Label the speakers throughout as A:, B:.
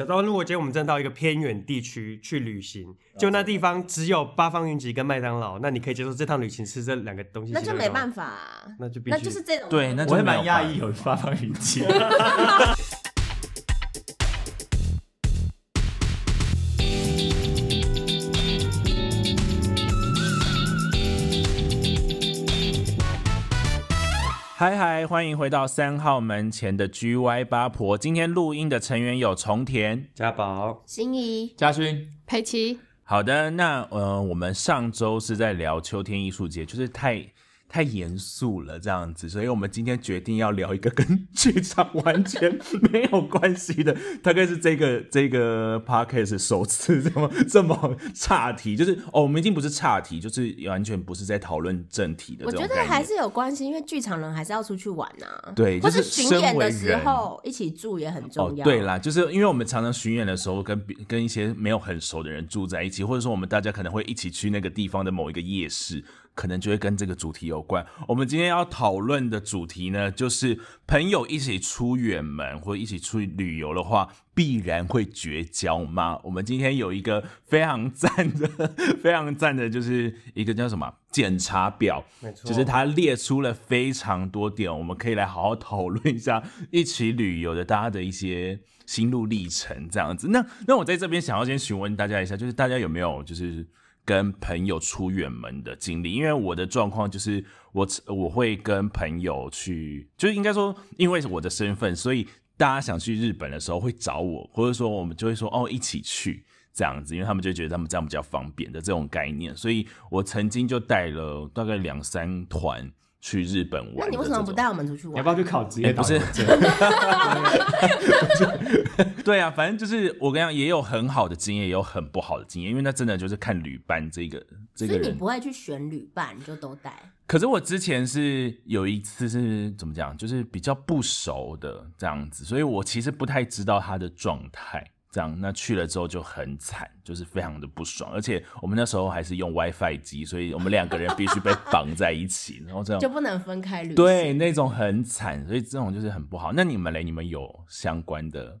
A: 小赵，如果今天我们真的到一个偏远地区去旅行，就那地方只有八方云集跟麦当劳，那你可以接受这趟旅行吃这两个东西？
B: 那就没办
A: 法，
B: 法啊，
A: 那就必须
B: 那就是这种
C: 对，那
D: 我
C: 就
D: 也
C: 没
D: 蛮
C: 有
D: 讶
C: 办
D: 异有八方云集。
C: 嗨嗨，欢迎回到三号门前的 GY 八婆。今天录音的成员有重田。
A: 家宝，
B: 心仪
D: 嘉勋，
E: 佩奇，
C: 好的，那呃，我们上周是在聊秋天艺术节，就是太太严肃了这样子，所以我们今天决定要聊一个跟剧场完全没有关系的，大概是这个 这个 podcast 首次这么这么岔题，就是哦，我们已经不是岔题，就是完全不是在讨论正题的
B: 我
C: 这种
B: 觉
C: 概
B: 得
C: 念。
B: 还是有关系，因为剧场人还是要出去玩啊，
C: 对
B: 或
C: 就是是
B: 巡
C: 身
B: 演
C: 为
B: 的时
C: 人哦
B: 候一起住也很重要。啊
C: 对，啦，就是因为我们常常巡演的时候跟，跟一些没有很熟的人住在一起，或者说我们大家可能会一起去那个地方的某一个夜市，可能就会跟这个主题有关。我们今天要讨论的主题呢，就是朋友一起出远门或一起出去旅游的话，必然会绝交吗？我们今天有一个非常赞的、 非常赞的，就是一个叫什么检查表，
A: 没错，
C: 就是他列出了非常多点，我们可以来好好讨论一下一起旅游的大家的一些心路历程这样子。那那我在这边想要先询问大家一下，就是大家有没有就是跟朋友出远门的经历？因为我的状况就是我我会跟朋友去，就是应该说，因为我的身份，所以大家想去日本的时候会找我，或者说我们就会说哦一起去。这样子，因为他们就觉得他们这样比较方便的这种概念，所以我曾经就带了大概两三团去日本
B: 那
C: 玩。
B: 你为什么不？带我们出去
D: 你
B: 玩
D: 要不？要去考职业
C: 哎不
D: 导
C: 是
D: 游证？
C: 对啊，反正就是我跟你讲，也有很好的经验，也有很不好的经验，因为那真的就是看旅伴这个这
B: 所
C: 个
B: 以你
C: 人。
B: 不会去选旅伴，你就都带。
C: 可是我之前是有一次是怎么讲，就是比较不熟的这样子，所以我其实不太知道他的状态。这样，那去了之后就很惨，就是非常的不爽，而且我们那时候还是用 WiFi 机，所以我们两个人必须被绑在一起，然后这样
B: 就不能分开旅行。
C: 哦对，那种很惨，所以这种就是很不好。那你们嘞，你们有相关的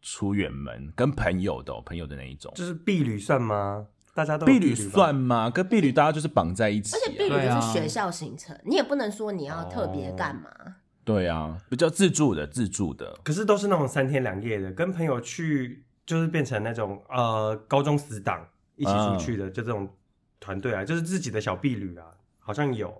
C: 出远门跟朋友的、哦、朋友的那一种，
A: 就是避旅算吗？大家都有
C: 避旅
A: 吧
C: 算吗？跟避旅大家就是绑在一起、
B: 而且避
C: 啊，哦
B: 旅
D: 对
B: 就
D: 啊
B: 是学校行程，你也不能说你要特别干嘛。
C: 对啊，比较自助的，自助的，
A: 可是都是那种三天两夜的，跟朋友去就是变成那种呃高中死党一起出去的，
D: 嗯
A: 就这种团队啊，就是自己的小婢旅啊，好像有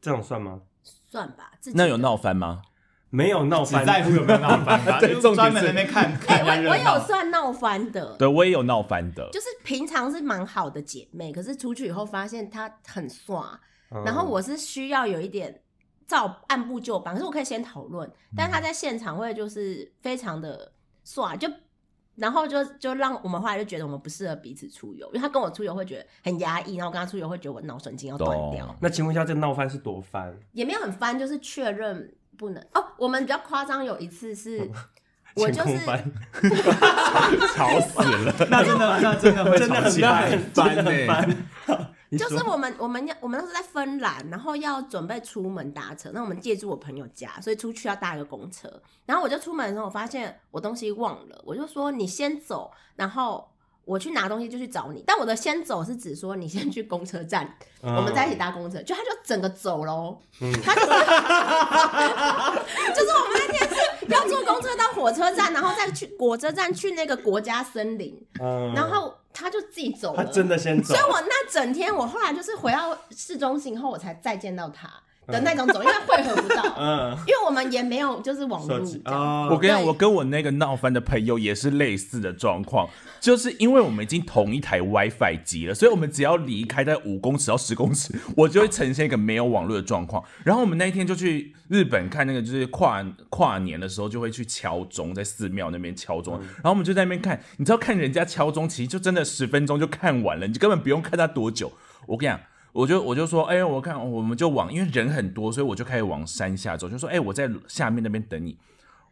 A: 这种算吗？
B: 算吧，自己
C: 那有
B: 的
C: 闹翻吗？
A: 没有闹
D: 只
A: 翻，
D: 在乎有没有闹翻 吧，
C: 对
D: 就是
C: 重点
D: 专门
C: 是
D: 在那边看
B: 哎、
D: 看人
B: 我
D: 家
B: 我
D: 热闹
B: 有。 算闹翻的，
C: 对我也有闹翻的，
B: 就是平常是蛮好的姐妹，可是出去以后发现她很刷，
A: 嗯
B: 然后我是需要有一点照按部就班，可是我可以先讨论，但
A: 嗯
B: 是她在现场会就是非常的刷，就然后就就让我们后来就觉得我们不适合彼此出游，因为她跟我出游会觉得很压抑，然后我跟她出游会觉得我脑神经要断掉
C: 懂，
A: 那请问一下，这个闹翻是多翻？
B: 也没有很翻，就是确认不能哦。我们比较夸张，有一次 是。我就
A: 晴空
B: 是
A: 翻，
C: 吵死了。
D: 那真的，那真的会
A: 真的
D: 吵
A: 很
D: 起
C: 翻
D: 来。
C: 欸
A: 真的很
B: 欸
A: 翻。你
B: 就是
A: 说
B: 我们我们要我们当时在芬兰，然后要准备出门搭车，那我们借住我朋友家，所以出去要搭一个公车。然后我就出门的时候，我发现我东西忘了，我就说你先走，然后我去拿东西就去找你。但我的先走是指说你先去公车站，
A: 嗯
B: 我们在一起搭公车，就他就整个走喽。
A: 嗯
B: 他就是 就是我们那天是要坐公车到火车站，然后再去火车站去那个国家森林，
A: 嗯
B: 然后他就自己走
A: 他
B: 了。
A: 真的先走
B: 所以，我那整天，我后来就是回到市中心后，我才再见到他的那种走，因为汇合不到，
A: 嗯，
B: 因为我们也没没有就是网络
A: 手
B: 这
A: 机
B: 样。
A: 啊，
C: 我跟你讲，
B: 对
C: 我跟我那个闹翻的朋友也是类似的状况，就是因为我们已经同一台 WiFi 机了，所以我们只要离开在五公尺到十公尺，我就会呈现一个没有网络的状况。然后我们那一天就去日本看那个，就是跨跨年的时候就会去敲钟，在寺庙那边敲钟，然后我们就在那边看，你知道看人家敲钟，其实就真的十分钟就看完了，你就根本不用看他多久。我跟你讲。我就我就说，哎、我看我们就往，因为人很多，所以我就开始往山下走，就说，哎、我在下面那边等你。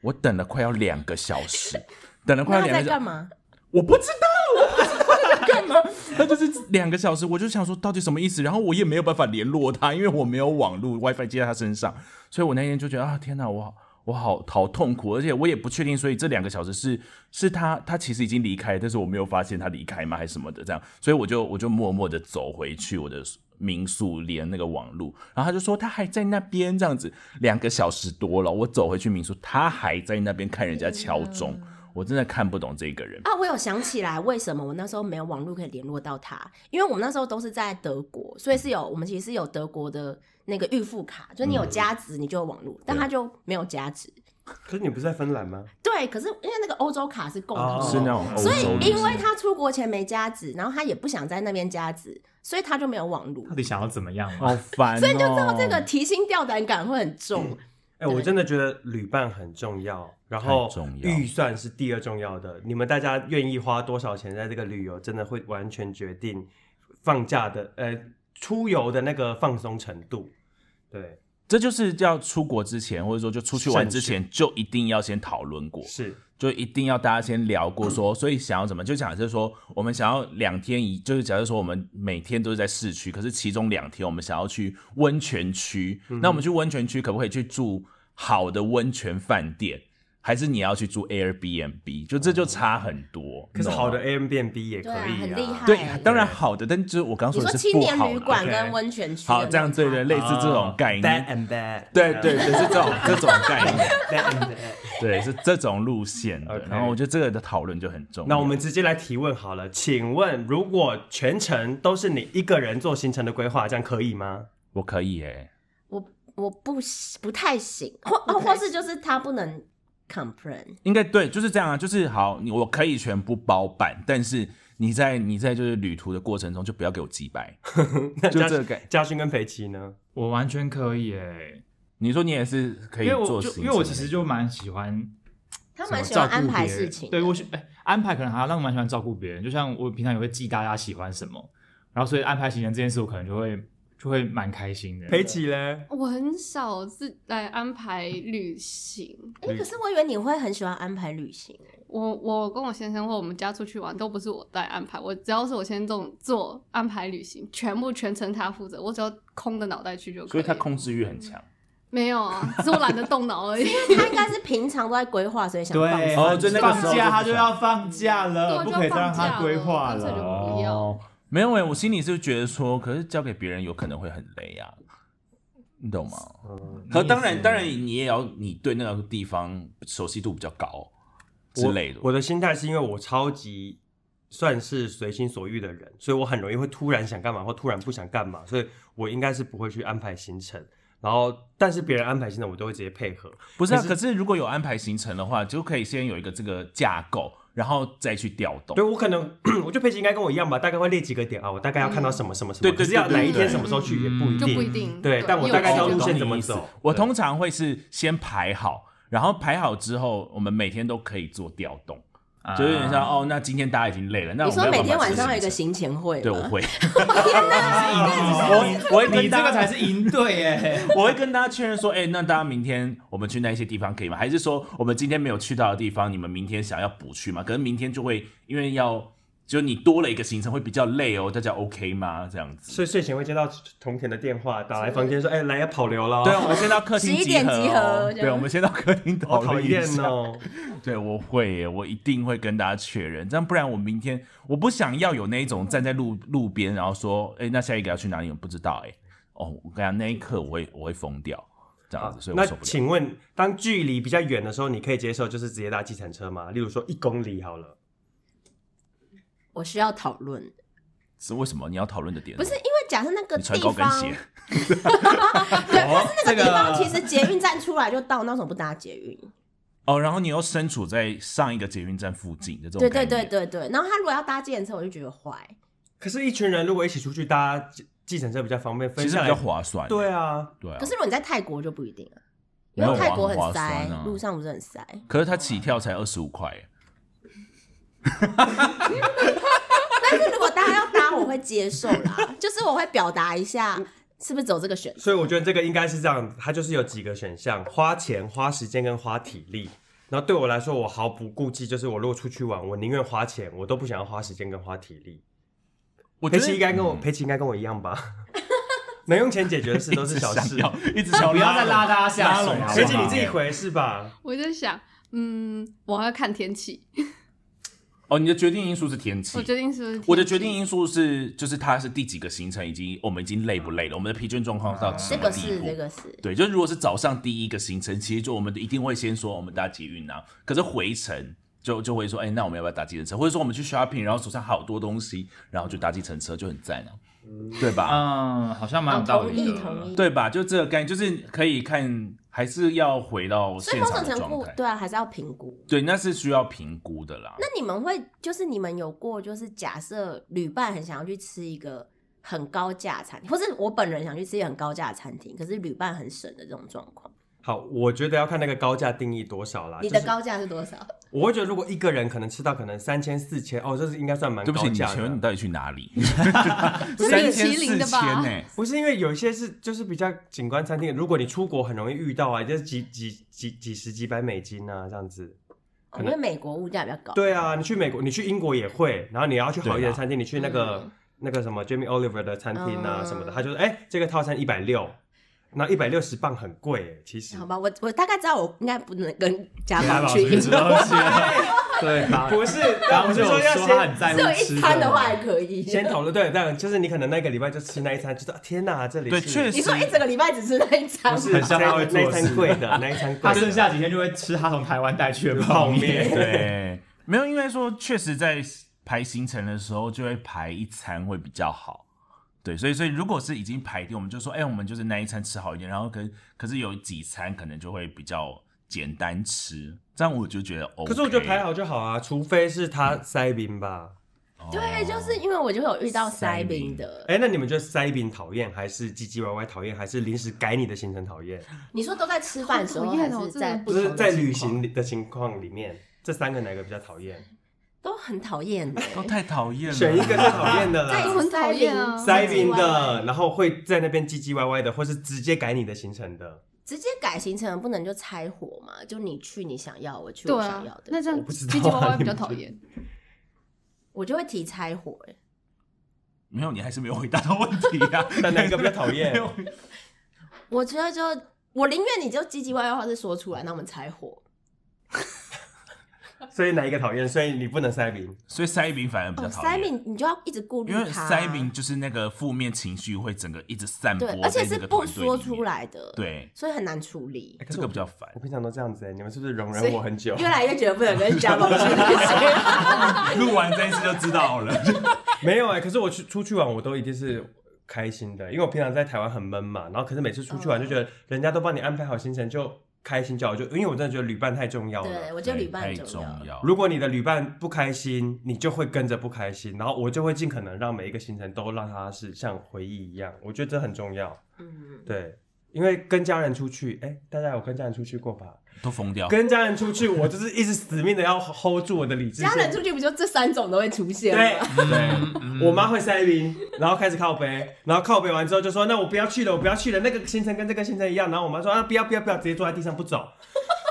C: 我等了快要两个小时，等了快
B: 那
C: 要
B: 他
C: 两
B: 在
C: 个小
B: 干
C: 时，
B: 嘛？
C: 我不知道，我不知道他在干嘛。 他就是两个小时，我就想说到底什么意思，然后我也没有办法联络他，因为我没有网络 WiFi 接在他身上，所以我那天就觉得啊，天哪，我我好好痛苦，而且我也不确定，所以这两个小时是是他他其实已经离开，但是我没有发现他离开吗，还是什么的这样，所以我就我就默默的走回去我的民宿连那个网路，然后他就说他还在那边这样子，两个小时多了，我走回去民宿，他还在那边看人家敲钟，我真的看不懂这个人。
B: 啊，我有想起来，为什么我那时候没有网络可以联络到他？因为我们那时候都是在德国，所以是有我们其实是有德国的那个预付卡，就是
A: 嗯
B: 你有加值你就有网络，但他就没有加值。
A: 可是你不是在芬兰吗？
B: 对，可是因为那个欧洲卡是共同
A: 哦
B: 的，
C: 是那种欧洲
B: 所以
C: 人
B: 因为他出国前没加值，然后他也不想在那边加值，所以他就没有网络
D: 到，底想要怎么样啊嘛？
C: 好烦、哦，嗯
B: 所以你就知道这个提心吊胆感会很重。
A: 哎、我真的觉得旅伴很重要，然后
C: 太重要
A: 预算是第二重要的。你们大家愿意花多少钱在这个旅游，真的会完全决定放假的呃出游的那个放松程度。对，
C: 这就是要出国之前，或者说就出去玩之
A: 慎
C: 前，就一定要先讨论过，
A: 是
C: 就一定要大家先聊过说，所以想要怎么，就假设说我们想要两天一，就是假设说我们每天都是在市区，可是其中两天我们想要去温泉区，
B: 嗯
C: 那我们去温泉区可不可以去住好的温泉饭店？还是你要去住 Airbnb？就这
B: 哦
C: 就差很多。
A: 可是
C: 你懂吗
A: 好的 A M B N B 也可以、
B: 对啊
A: 啊，
B: 很厉害
C: 对
B: 哎，
C: 当然好的，但就是我刚
B: 你
C: 说
B: 说
C: 的是
B: 青
C: 不
B: 年
C: 好
B: 旅
C: 的
B: 馆
A: OK
B: 跟温泉区的那
C: 好，
B: 种
C: 这样对对，类似这种概念
A: Bad，and bad，
C: 对啊对对，是这种这种概念。
A: ，Bad and bad。
C: 对，是这种路线的。
A: OK
C: 然后我觉得这个的讨论就很重要。
A: 那我们直接来提问好了，请问如果全程都是你一个人做行程的规划，这样可以吗？
C: 我可以耶、
B: 我我不行不太行，或哦，或是就是他不能 complain，
C: 应该对，就是这样啊，就是好，你我可以全部包办，但是你在你在就是旅途的过程中就不要给我击败，
A: 那
C: 就
A: 嘉
C: 这个感。
A: 嘉勋跟裴奇呢？
D: 我完全可以诶、欸
C: 你说你也是可以
D: 因为
C: 做
D: 我
C: 行
D: 就
C: 程
D: 因为我其实就蛮喜欢
B: 他
D: 什么
B: 蛮喜
D: 照
B: 欢
D: 顾别
B: 安
D: 人，
B: 排事情的。
D: 对我喜、哎安排可能还好，但我蛮喜欢照顾别人。就像我平常也会记大家喜欢什么，然后所以安排行程这件事，我可能就会就会蛮开心的。
A: 裴奇嘞？
E: 我很少自来安排旅行，
B: 哎，可是我以为你会很喜欢安排旅 行，
E: 我我跟我先生或我们家出去玩都不是我在安排，我只要是我先动做安排旅行，全部全程他负责，我只要空着脑袋去就可以。
C: 所以他控制欲很强。
E: 没有啊，只是我懒得动 脑而已。
B: 他应该是平常都在规划，所以想放
D: 对，
B: 松。
C: 哦就那个时候
D: 放假
C: 就
D: 他就要放假
E: 对
D: 了，不可以再让
E: 就要放假
D: 他
E: 了
D: 规划
E: 干脆就
D: 了。
E: 不要，
C: 没有哎、我心里是觉得说，可是交给别人有可能会很累啊，你懂吗？可当然，当然你也要你对那个地方熟悉度比较高之类的。
A: 我。我的心态是因为我超级算是随心所欲的人，所以我很容易会突然想干嘛或突然不想干嘛，所以我应该是不会去安排行程。然后，但是别人安排行程，我都会直接配合。
C: 不是啊，可是如果有安排行程的话，就可以先有一个这个架构，然后再去调动
A: 对。我可能， 我觉得佩奇应该跟我一样吧，大概会列几个点啊，我大概要看到什么什么什么，
C: 嗯对对
A: 可是要
C: 对对
A: 哪一天
C: 对嗯
A: 什么时候去也不一
E: 就
A: 定，
E: 不一定。
A: 嗯对但我大概知道
E: 有
A: 路
E: 趣
A: 线
E: 的
A: 怎么走。
C: 哦我
A: 对
C: 通常会是先排好，然后排好之后，我们每天都可以做调动，
D: 啊
C: 就有点像哦，那今天大家已经累了，那
B: 你
C: 我
B: 说
C: 们要
B: 每
C: 干嘛
B: 天晚上
C: 这
B: 有
C: 个
B: 一个
C: 行
B: 行前会
C: 程，对，
B: 吗
C: 我会，
B: 天哪！
C: 我我会
D: 你
C: 跟
D: 这
C: 大
D: 个
C: 家
D: 才是赢对耶。
C: 我会跟大家确认说，哎、那大家明天我们去那一些地方可以吗？还是说我们今天没有去到的地方，你们明天想要补去吗？可能明天就会因为要。就你多了一个行程会比较累哦，大家 OK 吗？这样子。
A: 所以睡前会接到童田的电话，打来房间说：“哎，来要跑流了。”
C: 对，啊我们先到客厅
B: 11点
C: 合
B: 集
C: 哦
B: 合这样
C: 对，我们先到客厅讨
A: 好讨
C: 论一
A: 厌
C: 下。
A: 哦。
C: 对， 我会耶，我一定会跟大家确认，这样不然我明天我不想要有那一种站在路路边，然后说，哎，那下一个要去哪里？我不知道，哎，哦，我跟你讲，那一刻我会我会疯掉，这样子，啊所以我
A: 那
C: 受不了。
A: 请问，当距离比较远的时候，你可以接受就是直接搭计程车吗？例如说一公里好了，
B: 我需要讨论，
C: 是为什么你要讨论的点？
B: 不是因为假设那个
C: 你穿
B: 地
C: 高跟
B: 方，
C: 鞋，
B: 对，但是那
D: 这个
B: 个地方其实捷运站出来就到，那为什么不搭捷运？
C: 哦，然后你又身处在上一个捷运站附近的这种
B: 对对
C: 概
B: 对
C: 念，
B: 对对。然后他如果要搭计程车，我就觉得坏。
A: 可是，一群人如果一起出去搭计计程车比较方便，分
C: 其实
A: 下
C: 比
A: 来
C: 较划算。
A: 对啊，
C: 对啊
B: 可，是如果你在泰国就不一定了，因
C: 没有
B: 为
C: 啊
B: 泰国
C: 很划
B: 很
C: 算
B: 塞
C: 啊，
B: 路上不是很塞。
C: 可是它起跳才二十五块耶，
B: 但是如果大家要搭，我会接受 啦，就是我会表达一下是不是走这个选择。
A: 所以我觉得这个应该是这样，它就是有几个选项：花钱、花时间跟花体力。然后对我来说，我毫不顾忌，就是我如果出去玩，我宁愿花钱，我都不想要花时间跟花体力。
C: 我觉
A: 佩
C: 得
A: 奇应该跟我，
C: 嗯
A: 佩奇应该跟我一样吧？ 能用钱解决的事都是小事。
C: 要 一 直想要
D: 不要再拉大家
C: 拉
D: 下水
C: 拢
D: 好不好，
A: 学姐你自己回是吧？
E: 我就想，嗯，我要看天气，
C: 哦，你的决定因素是天气
E: 我。决定是不是天气
C: 我的决定因素是，就是它是第几个行程，以及我们已经累不累了，我们的疲倦状况到什
B: 啊这
C: 么
B: 个
C: 地
B: 是
C: 步。
B: 这个是，
C: 对，就如果是早上第一个行程，其实就我们一定会先说我们搭捷运啊，可是回程就就会说，哎、那我们要不要搭计程车？或者说我们去 shopping，然后手上好多东西，然后就搭计程车，就很赞啊，对吧？
D: 嗯，好像蛮有道
B: 同
D: 理
B: 意
D: 的。
B: 同意。
C: 对吧？就这个概念，就是可以看，还是要回到
B: 所以
C: 现
B: 某
C: 场
B: 种
C: 的
B: 程
C: 状
B: 度
C: 态。
B: 对啊，还是要评估。
C: 对，那是需要评估的啦。
B: 那你们会就是你们有过就是假设旅伴很想要去吃一个很高价的餐厅，或是我本人想去吃一个很高价的餐厅，可是旅伴很省的这种状况，
A: 好，我觉得要看那个高价定义多少啦。
B: 你的
A: 啊就是
B: 高价是多少？
A: 我会觉得，如果一个人可能吃到可能三千四千，哦，这是应该算蛮
C: 对不起，
A: 高
C: 你
A: 价
C: 请问你
A: 的。
C: 到底去 哪里？
E: 是
C: 三千
E: 米其
C: 四
E: 林的吧
C: 千欸呢？
A: 不是因为有一些是就是比较景观餐厅，如果你出国很容易遇到啊，就是几几几几十几百美金啊这样子。
B: 哦
A: 可
B: 因
A: 能
B: 为美国物价比较高。
A: 对啊，你去美国，你去英国也会，然后你要去好一点的餐厅，你去那个、
B: 嗯
A: 那个什么 Jamie Oliver 的餐厅啊
B: 嗯
A: 什么的，他就是哎、这个套餐一百六，那一百六十磅很贵耶，其实
B: 好吧，我我大概知道我应该不能跟家
D: 家
B: 宝
D: 宝
B: 去
D: 去
B: 英
D: 吃
B: 国，
D: 东西，对吧？
A: 不是，但
D: 刚刚
A: 我
D: 就是
A: 说
D: 有
A: 要
D: 说他
A: 先
D: 很在乎
B: 只有
D: 吃
B: 一餐的话还可以。
A: 先讨论对，但就是你可能那个礼拜就吃那一餐，就是啊天哪，这里
C: 对，
A: 是
C: 确 实。
B: 你说一整个礼拜只吃那一餐
A: 不
B: 吗，
A: 是
D: 很像他会
A: 那一
D: 做的
A: 餐
D: 事
A: 贵的那一餐贵
D: 他
A: 的，
D: 剩下几天就会吃他从台湾带去的泡
A: 泡
D: 面。
A: 面，
C: 对，没有，应该说确实在排行程的时候就会排一餐会比较好。对，所以所以如果是已经排定，我们就说，哎、我们就是那一餐吃好一点，然后可可是有几餐可能就会比较简单吃，这样我就觉得哦 OK。
A: 可是我觉得排好就好啊，除非是他塞宾吧。
C: 哦，
B: 对，就是因为我就有遇到
C: 塞
B: 塞宾
C: 宾
B: 的，
A: 哎、那你们觉得塞宾讨厌，还是唧唧歪歪讨厌，还是临时改你的行程讨厌？
B: 你说都在吃饭的时候，
E: 好讨
B: 还
E: 厌哦
B: 是在
E: 真的
B: 不
A: 就
B: 同
A: 是
B: 的
A: 在
B: 情
A: 旅
B: 况
A: 行的情况里面，这三个哪个比较讨厌？
B: 都很讨厌的。欸
C: 都太讨厌了，
A: 选一个最讨厌的
B: 在
A: 啦，
E: 很讨厌啊
A: 塞宾
B: 唧唧歪
A: 的，
B: 歪
A: 然后会在那边唧唧歪歪的，或是直接改你的行程 的。
B: 直接改行程不能就拆伙嘛？就你去你想要，我去
E: 对
B: 我想要
E: 啊
B: 的，，
E: 那这
A: 我
E: 样
A: 不知
E: 唧
A: 道啊
E: 唧歪歪比较讨厌。
B: 我就会提拆伙、欸。
C: 没有，你还是没有回答到问题啊。
A: 但哪一个比较讨厌
C: 没有
B: 我觉得就我宁愿你就唧唧歪歪话是说出来，那我们拆伙。
A: 所以哪一个讨厌？所以你不能塞宾。
C: 所以塞饼反而比较
B: 哦，
C: 讨
B: 塞
C: 厌。
B: 敏你就要一直顾虑
C: 因为
B: 他、
C: 塞饼就是那个负面情绪会整个一直散播
B: 对
C: 在，
B: 而且
C: 那
B: 是
C: 个
B: 不
C: 团队
B: 说
C: 里面
B: 出，来的，，
C: 对，
B: 所以很难处 理
A: 哎。可
C: 这
A: 是
C: 个
A: 我
C: 比较烦
A: 我。平常都这样子哎，你们是不是容
B: 所
A: 忍
B: 以
A: 我很久？
B: 越来越觉得不能跟家宝去旅 行。
C: 录完这一次就知道了。
A: 没有哎、可是我去出去玩，我都一定是开心的，因为我平常在台湾很闷嘛，然后可是每次出去玩
B: 嗯
A: 就觉得人家都帮你安排好行程，就开心就好，就因为我真的觉得旅伴太重要
B: 对，
A: 了。
B: 我觉得旅伴
C: 太
B: 很重
C: 重
B: 要。
C: 要。
A: 如果你的旅伴不开心，你就会跟着不开心，然后我就会尽可能让每一个行程都让它是像回忆一样，我觉得这很重要。
B: 嗯，
A: 对，因为跟家人出去，哎，大家有跟家人出去过吧？
C: 都疯掉，
A: 跟家人出去，我就是一直死命的要 hold 住我的理智线。
B: 家人出去不就这三种都会出现
A: 对
B: 吗？，
A: 我妈会塞冰，然后开始靠背，然后靠背完之后就说：“那我不要去了，我不要去了，那个行程跟这个行程一样。”然后我妈说：“啊，不要不要不要，直接坐在地上不走。”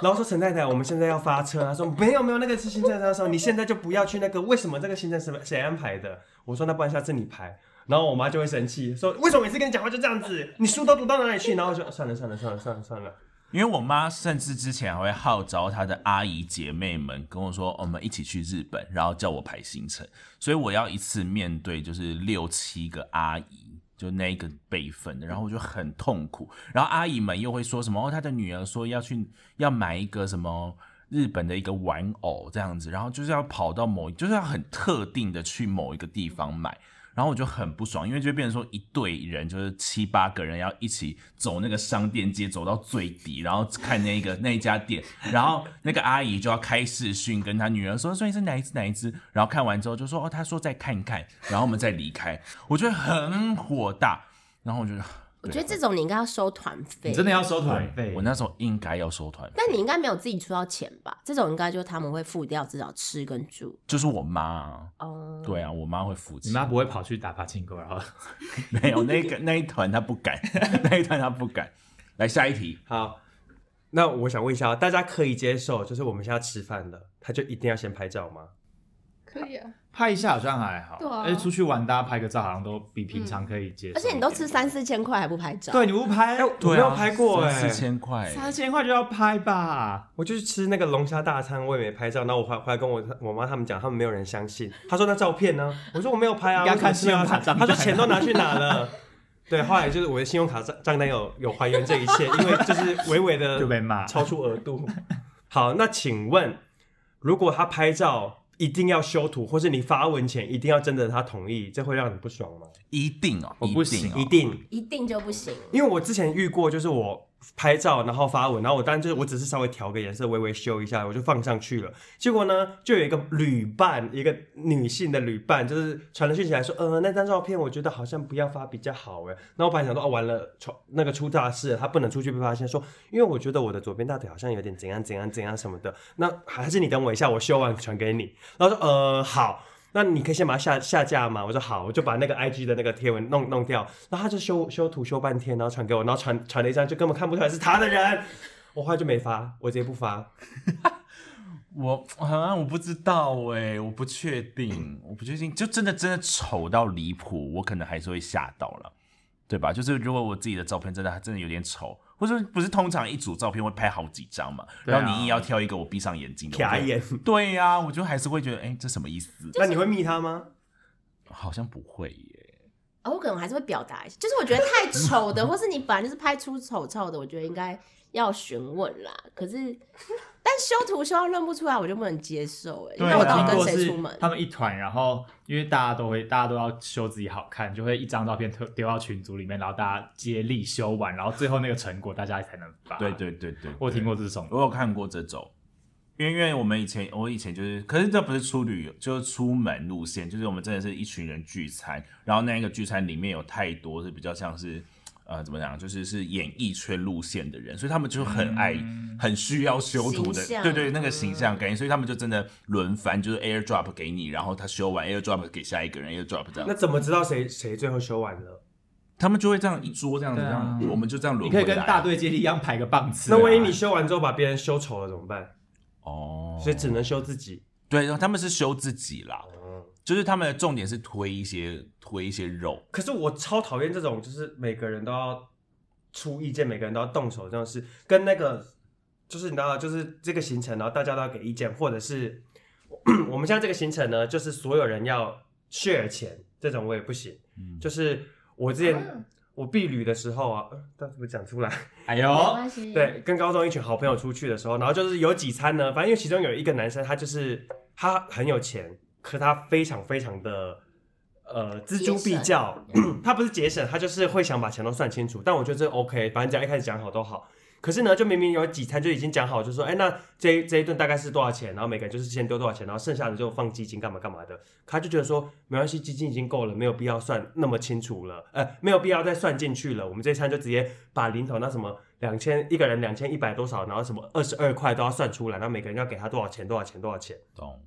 A: 然后说：“陈太太，我们现在要发车。”她说：“没有没有，那个是行程。”她说：“你现在就不要去那个，为什么这个行程是谁安排的？”我说：“那不然下次你排。”然后我妈就会生气，说：“为什么每次跟你讲话就这样子？你书都读到哪里去？”然后我就啊算了算了算了算了算了。
C: 因为我妈甚至之前还会号召她的阿姨姐妹们跟我说，哦我们一起去日本，然后叫我排行程，所以我要一次面对就是六七个阿姨。就那一个辈分的，然后我就很痛苦。然后阿姨们又会说什么？哦，她的女儿说要去要买一个什么日本的一个玩偶这样子，然后就是要跑到某，就是要很特定的去某一个地方买。然后我就很不爽，因为就变成说一队人，就是七八个人要一起走那个商店街，走到最底，然后看那个那一家店，然后那个阿姨就要开视讯跟她女儿说，所以是哪一只哪一只，然后看完之后就说哦，她说再看看，然后我们再离开，我觉得很火大，然后我觉得，
B: 我觉得这种你应该要收团费，
D: 你真的要收团
C: 对
D: 费
C: 我？那时候应该要收团费，
B: 但你应该没有自己出到钱吧？这种应该就是他们会付掉至少吃跟住。
C: 就是我妈啊，
B: 哦、
C: 对啊，我妈会付
D: 你
C: 钱，
D: 妈不会跑去打爬庆狗，然后
C: 没有那个那一团她不敢， 那一团她不敢，来下一题，
A: 好，那我想问一下，大家可以接受就是我们现在吃饭了，他就一定要先拍照吗？
E: 可以啊，
D: 拍一下好像还好，
E: 对啊
D: 而且出去玩大家拍个照好像都比平常可以接受、
B: 而且你都吃，三四千块还不拍照，
D: 对，，你不拍，
A: 哎，我没有拍过哎、
C: 四千块，
D: 三千块就要拍吧？
A: 我就去吃那个龙虾大餐，我也没拍照。然后我还回来跟我我妈他们讲，他们没有人相信。他说那照片呢？ 我说我没有拍啊，
D: 应该
A: 我怎么
D: 看
A: 吃没有
D: 信用卡
A: 拍。
D: 账
A: 他
D: 单
A: 说钱都拿去哪了？对，后来就是我的信用卡账账单有有还原这一切，因为就是微微的
D: 就被骂
C: 嗯
A: 超出额度。好，那请问，如果他拍照一定要修图，或是你发文前一定要征得他同意，这会让你不爽吗？
C: 一定哦，
D: 我
C: 一
D: 不
C: 定
D: 行
C: 哦
A: 一定，
B: 一定就不行。
A: 因为我之前遇过，就是我拍照然后发文，然后我当然就是我只是稍微调个颜色，微微修一下，我就放上去了。结果呢，就有一个旅伴，一个女性的旅伴，就是传了讯息来说，呃，那张照片我觉得好像不要发比较好哎。那我本来想说，哦，完了，出那个出大事了，她不能出去被发现，说因为我觉得我的左边大腿好像有点怎样怎样怎样什么的。那还是你等我一下，我修完传给你。然后说，呃，好。那你可以先把它下下架嘛？我说好，我就把那个 I G 的那个贴文弄弄掉，然后他就修修图修半天，然后传给我，然后传传了一张，就根本看不出来是他的人，我后来就没发，我直接不发。
C: 我啊，我不知道哎、我不确 定，我不确定，就真的真的丑到离谱，我可能还是会吓到了，对吧？就是如果我自己的照片真的真的有点丑，或者不是通常一组照片会拍好几张嘛，
D: 对啊
C: 然后你硬要挑一个我闭上眼睛的，
A: 假
C: 我就
A: 眼，
C: 对呀、我就还是会觉得，哎、这什么意思？
A: 那你会密他吗？
C: 好像不会耶，
B: 哦，我可能还是会表达一下，就是我觉得太丑的，或是你本来就是拍出丑照的，我觉得应该要询问啦。可是，但修图修到认不出来，我就不能接受哎、
D: 对
B: 那我到
D: 啊，
B: 底跟
D: 如果
B: 谁
D: 是
B: 出门？
D: 他们一团，然后因为大家都会，大家都要修自己好看，就会一张照片丢丢到群组里面，然后大家接力修完，然后最后那个成果大家才能发。
C: 对，对对对，
D: 我有听
C: 过。
D: 过这种，
C: 我有看过这种，因为因为我们以前我以前就是，可是这不是出旅游，就是出门路线，就是我们真的是一群人聚餐，然后那一个聚餐里面有太多是比较像是。呃，怎么讲？就是是演艺圈路线的人，所以他们就很爱、
D: 嗯
C: 很需要修图的
B: 形，象嗯
C: 对对，那个形象感觉，所以他们就真的轮番，就是 AirDrop 给你，然后他修完 AirDrop 给下一个人 AirDrop 这
A: 那
C: 样，
A: 怎么知道谁谁最后修完了？
C: 他们就会这样一桌这样子，这
D: 对啊
C: 样、我们就这样轮
D: 你
C: 回
D: 可
C: 来。啊
D: 以跟大队接力一样排个棒次、啊。
A: 那万一你修完之后把别人修丑了怎么办？
C: 哦，
A: 所以只能修自己。
C: 对，他们是修自己啦，
A: 嗯，
C: 就是他们的重点是推一些推一些肉，
A: 可是我超讨厌这种，就是每个人都要出意见，每个人都要动手这种事，跟那个就是你知道，就是这个行程，然后大家都要给意见，或者是 我们现在这个行程呢，就是所有人要 share 钱，这种我也不行。就是我之前、我避旅的时候啊，呃但是不讲出来。
D: 哎
B: 没
D: 呦，
B: 关系，
A: 对，跟高中一群好朋友出去的时候，然后就是有几餐呢，反正因为其中有一个男生，他就是他很有钱，可他非常非常的呃锱铢必较， 他不是节省，他就是会想把钱都算清楚。但我觉得这 OK，反正只要一开始讲好都好。可是呢，就明明有几餐就已经讲好，就说，哎，那这一这一顿大概是多少钱？然后每个人就是先丢多少钱，然后剩下的就放基金干嘛干嘛的。他就觉得说，没关系，基金已经够了，没有必要算那么清楚了，呃，没有必要再算进去了。我们这一餐就直接把零头那什么两千一个人两千一百多少，然后什么二十二块都要算出来，然后每个人要给他多少钱多少钱多少钱。
C: 懂？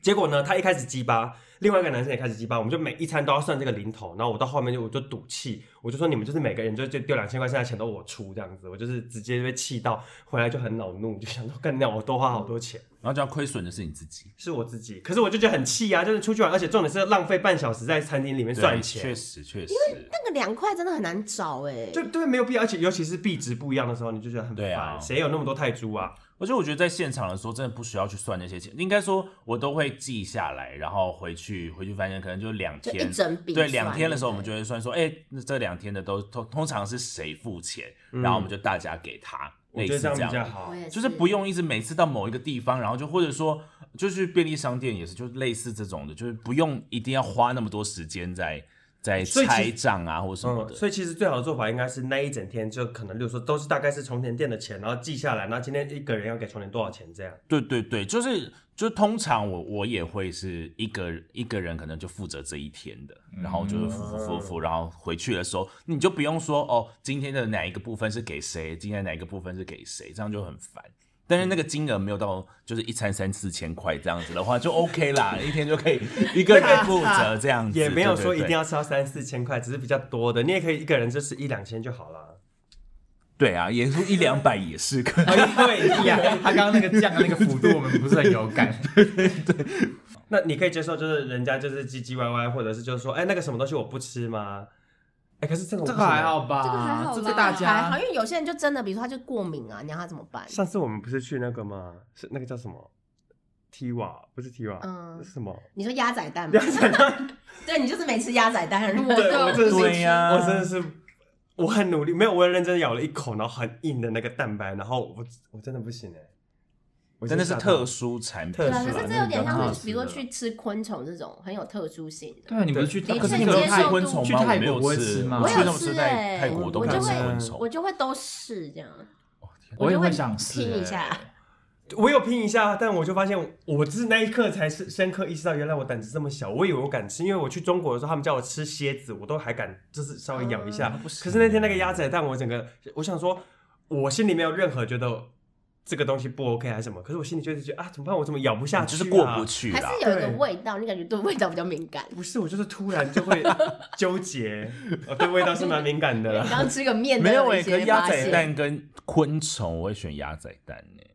A: 结果呢，他一开始鸡巴，另外一个男生也开始鸡巴，我们就每一餐都要算这个零头。然后我到后面就我就赌气，我就说你们就是每个人就就丢两千块，剩下的钱都我出这样子，我就是直接被气到，回来就很恼怒，就想说干掉我多花好多钱。
C: 然后就要亏损的是你自己，
A: 是我自己，可是我就觉得很气啊！就是出去玩，而且重点是浪费半小时在餐厅里面
C: 对啊
A: 算
C: 确
A: 钱，
C: 实确实，
B: 那个两块真的很难找哎、
A: 就对没有必要，而且尤其是币值不一样的时候，你就觉得很
C: 对啊
A: 烦。谁有那么多泰铢啊？
C: 而且我觉得在现场的时候真的不需要去算那些钱，应该说我都会记下来，然后回去回去发现可能就两
B: 就
C: 天
B: 一整笔
C: 对
B: 算
C: 两天的时候我
B: 对
C: 们
B: 不
C: 就会算说，哎、那这两天的都通通常是谁付钱，然后我们就大家给他，
A: 嗯我
C: 类
A: 觉得
C: 似
A: 这样
C: 这
A: 比较
C: 样。
A: 好
B: 我。也
C: 就是不用一直每次到某一个地方，然后就或者说就去便利商店也是，就是类似这种的，就是不用一定要花那么多时间在在
A: 所以其实
C: 拆账啊或者什么
A: 嗯，
C: 的。
A: 所以其实最好的做法应该是那一整天就可能，例如说都是大概是充钱店的钱，然后记下来，然后今天一个人要给充钱多少钱这样。
C: 对对对，就是就通常我我也会是一个一个人，可能就负责这一天的，然后
A: 嗯
C: 就是付付付付，然后回去的时候你就不用说哦，今天的哪一个部分是给谁，今天哪一个部分是给谁，这样就很烦。但是那个金额没有到，就是一餐三四千块这样子的话就 OK 啦，一天就 可以一个人负责这样子，
A: 啊也没有
C: 对
A: 说
C: 对
A: 一定
C: 对
A: 要吃到三四千块，只是比较多的，你也可以一个人就是一两千就好了。
C: 对啊，也是一两百也是可以。
A: 对
D: 啊 哎呀，他刚刚那个降的那个幅度，我们不是很有感。
A: 那你可以接受，就是人家就是唧唧歪歪，或者是就是说，哎、那个什么东西我不吃吗？哎、可是这个我
D: 这
A: 不
D: 个还
A: 行啊。
D: 好吧？
E: 这个还好吧
D: 这个大
B: 还好，
D: 家
B: 因为有些人就真的，比如说他就过敏啊，你要他怎么办？
A: 上次我们不是去那个吗？是那个叫什么？T 瓦不是 T 瓦，
B: 嗯
A: 是什么？
B: 你说鸭仔蛋吗
A: 鸭？仔蛋，
B: 对你就是没吃鸭仔蛋的人，
E: 对
A: 我真的是，
C: 对呀
A: 我真的是，我很努力，没有，我认真咬了一口，然后很硬的那个蛋白，然后我我真的不行哎、我
C: 真的是
A: 吓到
C: 特殊产品
A: 特
B: 对
A: 殊
B: 啊，
A: 啦
B: 可是这
A: 那
B: 有
A: 个
B: 点
A: 比较好
B: 像
A: 吃
B: 是，比如说
A: 的
B: 去吃昆虫这种很有特殊性的。
D: 对啊，你不是去
B: 的
D: 泰，
B: 确
D: 可是你
C: 有
D: 有
B: 接
C: 吃
D: 泰
B: 受
C: 昆
B: 度
C: 虫
D: 去
C: 吗？我
D: 泰
C: 没
D: 国
C: 有
D: 不会
C: 吃
D: 吃吗
C: 我
D: 我
C: 去
B: 有
C: 那种是
B: 吃
C: 在
B: 欸
C: 泰国
B: 我
C: 都
A: 我
C: 看
A: 就
C: 吃
A: 会
C: 昆
B: 我
C: 虫。
B: 就会都试这样，
D: 我也
B: 我就会
D: 会想试
B: 听一下
D: 欸
A: 我有拼一下，但我就发现我是那一刻才是深刻意识到，原来我胆子这么小。我以为我敢吃，因为我去中国的时候，他们叫我吃蝎子，我都还敢，就是稍微咬一下。
C: 嗯不行
A: 可是那天那个鸭仔蛋，我整个我想说，我心里没有任何觉得这个东西不 OK 还是什么，可是我心里就是觉得啊，怎么办？我怎么咬不下去、啊？
C: 就是过不。去
B: 还
C: 啦，
B: 是有一个
A: 对
B: 味道，你感觉对味道比较敏感。
A: 不是，我就是突然就会纠结，我对味道是蛮敏感的
B: 你
A: 啦。
B: 刚吃个面都
C: 没有
B: 一
C: 诶、可
B: 些发
C: 是鸭
B: 现
C: 仔蛋跟昆虫，我会选鸭仔蛋诶、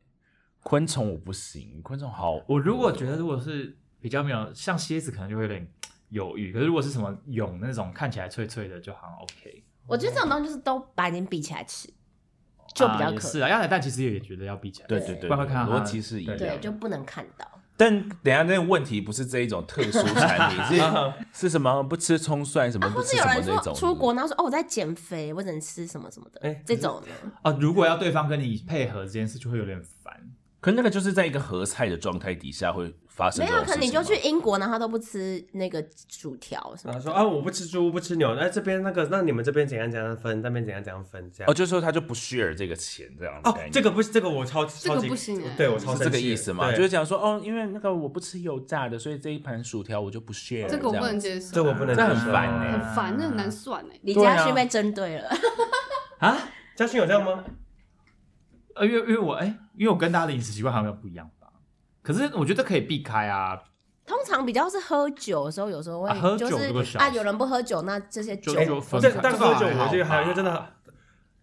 C: 昆虫我不行，昆虫好。
D: 我如果觉得如果是比较没有像蝎子，可能就会有点犹豫。可是如果是什么蛹那种看起来脆脆的，就好像 OK。
B: 我觉得这种东西就是都把你比起来吃，就比较
D: 啊也
B: 可
D: 是啊，鸭仔蛋其实也觉得要比起来。
C: 对对对，对
D: 不然会看到它
C: 逻辑是一样
D: 对
B: 对，
C: 的。
B: 就不能看到。
C: 但等一下那个问题不是这一种特殊产 品，
D: 啊
C: 是是什么不吃葱蒜什么
B: 啊，
C: 不
B: 或是
C: 吃什
B: 有
C: 么
B: 人
C: 那种
B: 说出国，然后说哦我在减肥，我只能吃什么什么的，
A: 哎
B: 这种呢，
D: 啊，如果要对方跟你配合这件事，就会有点烦。
C: 可那个就是在一个合菜的状态底下会发
B: 没
C: 生这
B: 有，啊
C: 种事
B: 可
C: 情吗。
B: 能你就去英国，然后他都不吃那个薯条什
A: 然
B: 么
A: 后说
B: 的，
A: 啊，我不吃猪，不吃牛，那这边那个，那你们这边怎样怎样分，那边怎样怎样分，这样
C: 哦，。就是说他就不 share 这个钱这样的
A: 哦
C: 概念。，
A: 这个不是这个我超
E: 这个
A: 超级
E: 不
B: 啊
E: 行欸
A: 对我超生
C: 是
A: 气
C: 这个意思嘛？
A: 对
C: 就是讲说哦，因为那个我不吃油炸的，所以这一盘薯条我就不
B: 哦
C: share。
E: 这个我不能
C: 样
E: 接受
A: 这，我不能，
C: 这很烦
A: 啊
C: 欸
E: 很烦，那很难算哎。
B: 李
C: 对啊
B: 佳旭被针对了，
D: 啊。
A: 嘉勋有这样吗？
D: 呃，因为因为我哎、因为我跟大家的饮食习惯好像没有不一样吧。可是我觉得可以避开啊，
B: 通常比较是喝酒的时候，有时候会、
D: 啊喝
B: 就
D: 酒这个
B: 是
D: 小
B: 啊，有人不喝酒，那这些
D: 就
B: 酒
D: 就分
A: 这
D: 开。
A: 但喝酒
D: 还好
A: 我觉得还
D: 吧
A: 有，因为真的，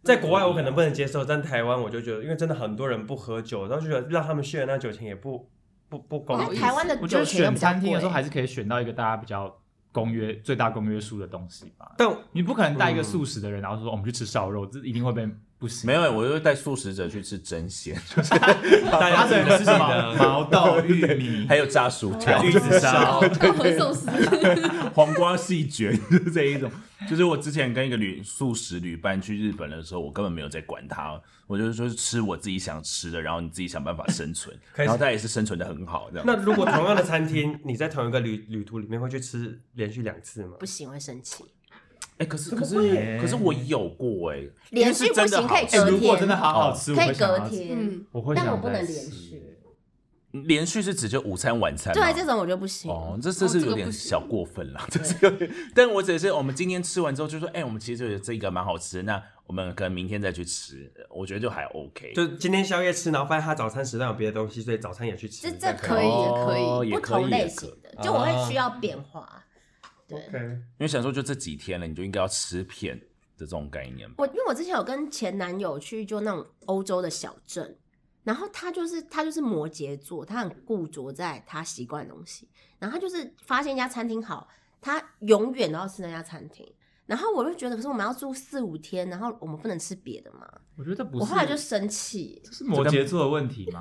A: 在国外我可能不能接受，但台湾我就觉得，因为真的很多人不喝酒，然后就觉得让他们 share 那酒钱也不不不公
E: 不好
B: 那
A: 平
E: 意
B: 哦
E: 思。
B: 台湾的
D: 我觉
B: 酒
D: 得
B: 钱又
D: 选
B: 比较
D: 餐厅
B: 贵
D: 的时候，还是可以选到一个大家比较公约最大公约数的东西吧。
A: 但
D: 你不可能带一个素食的人，然后说哦我们去吃烧肉，这一定会被不行。
C: 没有，我就带素食者去吃真鲜，
A: 大
D: 他
A: 家
D: 只
A: 只
D: 能
A: 能
D: 吃
A: 吃
D: 什
A: 什
D: 么
A: 么
D: 毛豆、玉米，
C: 还有炸
B: 哦
C: 薯条、
A: 玉子
D: 哦
A: 烧，
E: 大和寿司，
C: 黄瓜细卷， 就是这一种。就是我之前跟一个旅素食旅伴去日本的时候，我根本没有在管他，我就是说吃我自己想吃的，然后你自己想办法生存，
A: 开始
C: 然后他也是生存的很好，这样。
A: 那如果同样的餐厅，你在同一个旅旅途里面会去吃连续两次吗
B: 不？行会生气，
C: 哎、可是可
A: 怎么
C: 是
A: 会
C: 可是我有过哎、因为
B: 连
C: 是
B: 续不
C: 真的
B: 行
C: 好
B: 可以
C: 吃
D: 哎，
B: 隔
D: 如果
B: 天，
D: 真的好好吃，我
B: 可
D: 会
B: 以
D: 想
B: 隔
D: 要吃，
B: 天，
E: 嗯，
D: 我会
B: 但
D: 想
B: 我不
D: 再
B: 能连
D: 吃
B: 续，
C: 连续是指就午餐晚餐吗，
B: 对这种我就不行。
C: 哦，这这是有点小过分了，这是有点。但我只是我们今天吃完之后就说，哎、我们其实有这个蛮好吃的，那我们可能明天再去吃，我觉得就还 OK。
A: 就今天宵夜吃，然后发现他早餐时段有别的东西，所以早餐也去吃。
B: 这这可以
C: 哦
E: 可以
C: 也
B: 不
C: 可以
B: 同
C: 也
B: 类
C: 可以
B: 型的，就我会需要变化。对，
A: OK，
C: 因为想说就这几天了，你就应该要吃片的这种概念吧。
B: 我因为我之前有跟前男友去就那种欧洲的小镇，然后他就是他就是摩羯座，他很固着在他习惯的东西，然后他就是发现一家餐厅好，他永远都要吃那家餐厅。然后我就觉得，可是我们要住四五天，然后我们不能吃别的嘛。
D: 我觉得不
B: 我
D: 是，
B: 后来就生气，
D: 是摩羯座的问题吗？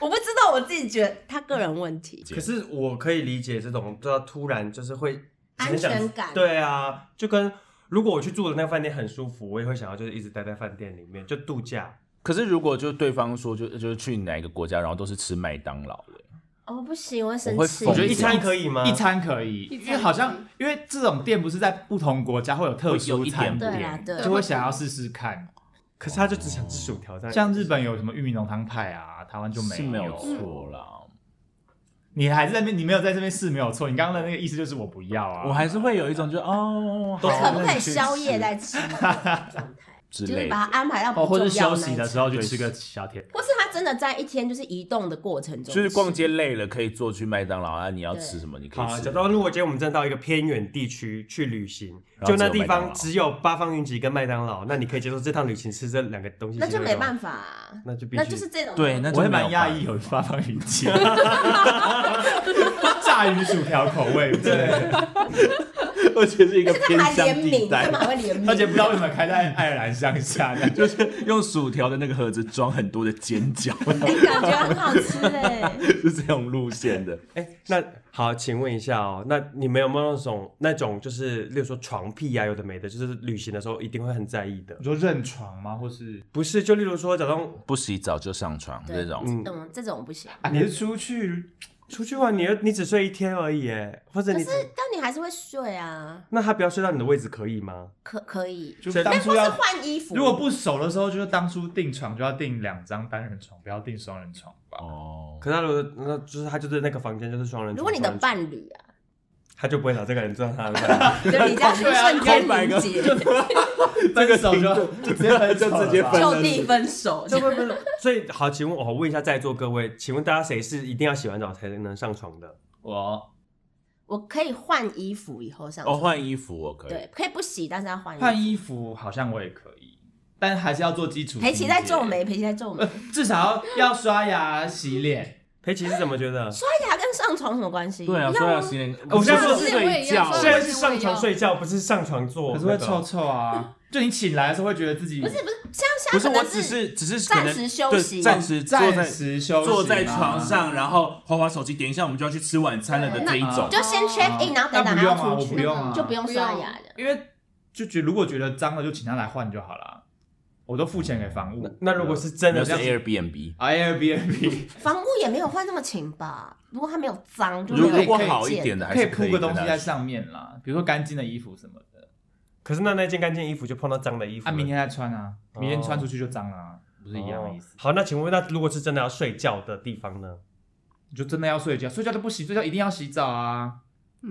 B: 我不知道我自己觉得他个人问题。
A: 可是我可以理解这种，就要突然就是会很想
B: 安全感
A: 对啊，就跟如果我去住的那个饭店很舒服，我也会想要就是一直待在饭店里面，就度假。
C: 可是如果就对方说就就是去哪一个国家，然后都是吃麦当劳了，
B: 哦，不行，我会生
C: 我会
B: 气。
C: 疯
D: 我觉得
A: 一餐可以吗？
D: 一餐可以，
E: 一餐
D: 因为好像
E: 可以
D: 因为这种店不是在不同国家会有特
C: 会有
D: 殊
C: 一
D: 餐
C: 点
B: 对
D: 点，
B: 啦，对，啊
D: 就会想要试试看。
A: 可是他就只想吃薯条，这样
D: 像日本有什么玉米浓汤派啊，台湾就没
C: 是没有
D: 有。
C: 错啦。
D: 你还是在那边，你没有在这边试没有错。你刚刚的那个意思就是我不要啊，
C: 我还是会有一种就哦，
A: 都
C: 好
B: 可不可以宵夜再吃？这种状态
C: 之
B: 就
C: 类
B: 是
C: 的
B: 把它。安排到
D: 哦，
B: 不
D: 或
B: 重
D: 是
B: 要
D: 休
B: 那一
D: 息的
B: 层
D: 时候去吃个小甜
B: 或是他真的在一天就是移动的过程中，
C: 就是逛街累了，可以坐去麦当劳啊！你要吃什么，你可以
A: 好，啊
C: 吃
A: 假
C: 什么。
A: 装如果今天我们真的到一个偏远地区去旅行，
C: 然后
A: 就
C: 只
A: 那
C: 有
A: 地
C: 麦当劳
A: 方只有八方云集跟麦当劳，那你可以接受这趟旅行吃这两个东西？
B: 那就没办
A: 法，
B: 法啊，
A: 那就必须
B: 那就是这种
C: 对，那
D: 我也
C: 就没有
D: 蛮讶
C: 办
D: 异有八方云集， 炸鱼薯条口味，对，
C: 法，而且是一个
B: 而且
C: 偏
B: 他还
C: 乡
B: 联
C: 地
B: 名，
C: 带
B: 干，嘛会 联名？
D: 而且不知道为什么开在爱尔兰乡下，
C: 就是用薯条的那个盒子装很多的煎饺，
B: 哎感觉很好吃哎，
C: 是这种路线的。
A: 哎、那好，请问一下哦，那你们有没有那种那种就是，例如说床屁啊，有的没的，就是旅行的时候一定会很在意的
D: 你？说认床吗？或是
A: 不是，就例如说，假装
C: 不洗澡就上床
B: 对
C: 这种，
A: 嗯，
B: 嗯，这种不行。
D: 啊，你是出去
A: 出去玩，你你只睡一天而已，哎，或者
B: 可
A: 你
B: 是
A: 只，
B: 但你还是会睡啊，
A: 那他不要睡到你的位置可以吗？
B: 可可以，
D: 就
A: 所以
D: 当
B: 但
D: 初
B: 或是
D: 要，
B: 换衣服。
D: 如果不熟的时候，就是当初订床就要订两张单人床，不要订双人床吧。
C: 哦，
A: 可是他如果那就是他就在那个房间就是双人床，
B: 如果你的
A: 双人床
B: 伴侣 啊，
A: 他就不会拿这个人做他的 伴
B: 就你这样
C: 对啊
B: 瞬间凝结，
D: 这个手就就直接分手啊了
C: 就
D: 吧
C: 直接分
B: 就地分手
A: 侣，。这会 不会？所以好，请问我问一下在座各位，请问大家谁是一定要洗完澡才能上床的？
D: 我
B: 我可以换衣服以后上
C: 哦，
B: 床，
C: 换衣服我可以。
B: 对，可以不洗，但是要换
D: 换
B: 衣服。
D: 衣服好像我也可以，但还是要做基础清洁。
B: 裴奇在皱眉，裴奇在皱眉
D: 呃，，至少要要刷牙、洗脸。
A: 裴奇是怎么觉得？
B: 刷牙跟 上床有什么关系？
C: 对啊，
B: 不要
C: 说要洗脸，
A: 我
C: 是
A: 现在
C: 说
A: 说
C: 睡觉，啊
E: 我
A: 现在
E: 也
A: 是上床睡觉，不是上床做、
D: 可
A: 那
D: 是
A: 个，
D: 会臭臭啊！就你醒来的时候会觉得自己
B: 不是不是，像
C: 不
B: 像
C: 是
B: 可
C: 我
B: 能
C: 只是只是
B: 暂时休
C: 可能
B: 息
C: 对暂时坐
D: 暂
C: 在
D: 时休息，啊
C: 坐在床。上，然后滑滑手机，等一下我们就要去吃晚餐了的这一种
B: 你。就先 check in，然后等等
D: 那不
B: 还
D: 用
B: 要
D: 啊，
B: 出
D: 我
B: 去，
D: 不用啊，
B: 就不用刷牙的。
D: 因为就觉如果觉得脏了，就请他来换就好了。我都付钱给房屋。
A: 那如呃果是真
C: 那
A: 的
C: 是
A: 这样，
C: Airbnb。
D: Airbnb
B: 房屋也没有换那么勤吧？如果它没有脏，就
C: 如
B: 没有
C: 如果
B: 意见
C: 好一点的，还
D: 可以
C: 是
D: 铺个
C: 跟
D: 东西
C: 他
D: 在上面啦，比如说干净的衣服什么的。
A: 可是那那件干净衣服就碰到脏的衣服
D: 啊，
A: 了，
D: 明天再穿啊，明天穿出去就脏了、啊，不是一样的意思
A: 哦？好，那请问那如果是真的要睡觉的地方呢？
D: 你就真的要睡觉，睡觉都不洗，睡觉一定要洗澡啊！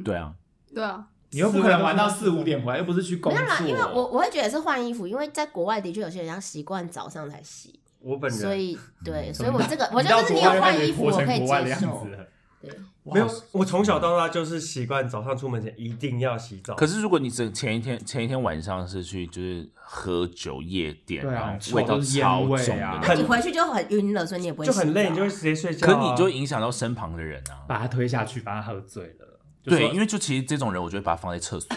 C: 对啊，
E: 对啊，
D: 你又不可能玩到四五点回来，又不是去工
B: 没有
D: 作。
B: 啦，因为我我会觉得是换衣服，因为在国外的确有些人要习惯早上才洗，
A: 我本人
B: 所以对，所以
D: 怎么
B: 我
D: 办
B: 这个我
D: 你
B: 就
D: 到
B: 是
D: 国
B: 你
D: 外
B: 有
D: 就
B: 换
D: 可以
B: 衣服，
D: 活
B: 我
D: 成
B: 可以
D: 国外的
B: 接
D: 样
B: 受
D: 子。了
B: 对，
A: 没有，我从小到大就是习惯早上出门前一定要洗澡。
C: 可是如果你整前一天前一天晚上是去就是喝酒夜店，
D: 对啊
C: 然
D: 很
C: 后
D: 臭
C: 味道
D: 都是烟
C: 超
D: 味
C: 重
D: 啊
C: 的
B: 那
C: 那
B: 你
C: 种，
B: 回去就很晕了，所以你也不会
A: 就很累，
B: 洗澡
A: 你就会直接睡觉、
C: 可
A: 啊。
C: 你就影响到身旁的人啊。
D: 把他推下去，把他喝醉了。就
C: 对，
D: 说
C: 因为就其实这种人，我就会把他放在厕所。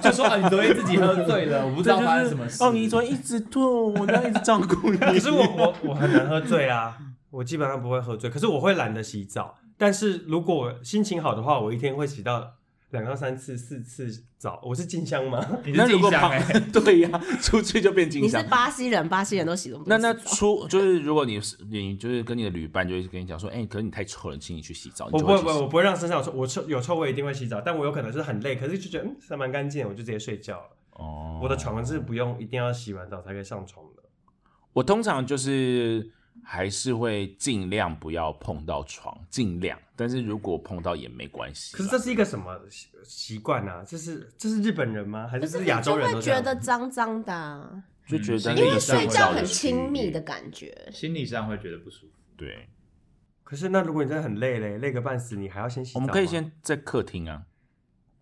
D: 就说啊，你昨天自己喝醉了，我不知道发生什么事。
C: 哦，你昨天一直吐，我要一直照 顾你。
A: 可是我我我很难喝醉啊，我基本上不会喝醉，可是我会懒得洗澡。但是如果我心情好的话，我一天会洗到两到三次、四次澡。我是静香吗？
D: 你
C: 那
D: 是
C: 如
D: 静
C: 果
D: 香
C: 旁
D: 哎、
C: 对呀，出去就变金
B: 你是
C: 香。
B: 巴西人，巴西人都洗了。
C: 那那出就是如果你是你就是跟你的旅伴就会跟你讲说，哎、可是你太臭了，请你去洗澡。你
A: 我
C: 就
A: 不
C: 会
A: 会，
C: 去
A: 不
C: 洗
A: 会，我不会让身上有臭，我臭有臭味一定会洗澡，但我有可能是很累，可是就觉得嗯，还蛮干净的，我就直接睡觉了。
C: 哦，
A: 我的床是不用一定要洗完澡才可以上床的。
C: 我通常就是还是会尽量不要碰到床，尽量。但是如果碰到也没关系啦。
A: 可是这是一个什么习习惯啊？这是这是日本人吗？还
B: 不
A: 是
B: 是
A: 这
B: 你
A: 是亚洲
B: 就
A: 人
B: 会
A: 都这样
B: 觉
A: 子
B: 得脏脏的啊，
C: 就觉得
D: 嗯
C: 那
B: 因
C: 个
B: 为
C: 是
B: 睡
C: 比
B: 觉
C: 较
B: 很
C: 有
B: 亲密的
C: 区
B: 感觉。
D: 心理上会觉得不舒服。
C: 域。对，
A: 可是那如果你真的很累嘞，累个半死，你还要先洗
C: 我
A: 澡吗。
C: 们可以先在客厅啊，